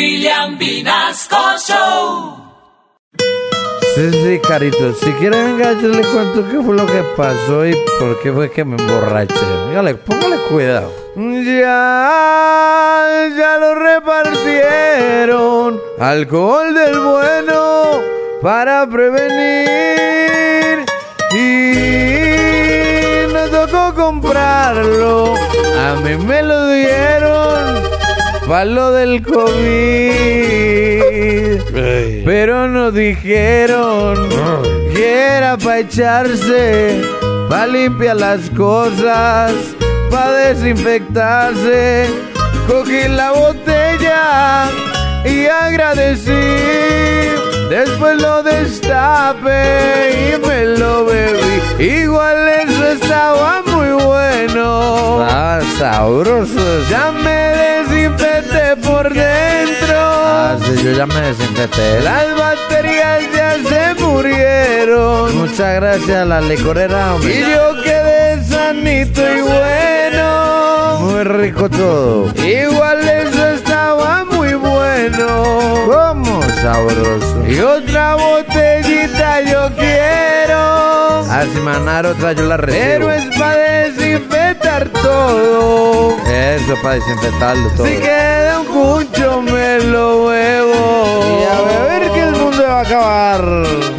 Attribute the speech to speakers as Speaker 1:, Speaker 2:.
Speaker 1: William Vinasco Show.
Speaker 2: Sí, sí, carito. Si quieren venga, yo le cuento qué fue lo que pasó y por qué fue que me emborraché. Póngale, póngale cuidado. Ya, ya lo repartieron. Alcohol del bueno para prevenir. Y no tocó comprarlo. A mí me lo dieron. Palo del COVID. Pero nos dijeron que era para echarse, para limpiar las cosas, para desinfectarse. Cogí la botella y agradecí. Después lo destapé y me lo bebí. Igual eso estaba muy bueno. Ah, sabroso. Ya me desinfecté por dentro. Ah, sí, yo ya me desinfecté. Las baterías ya se murieron. Muchas gracias a la licorera, hombre. Y yo quedé sanito y bueno. Muy rico todo. Igual eso estaba muy bueno. ¿Cómo sabroso? Y otra botellita yo quiero. A semanar otra yo la recibo. Pero es para desinfectar todo. Eso, para desinfectarlo todo. Si queda un cucho me lo huevo. Y a ver que el mundo va a acabar.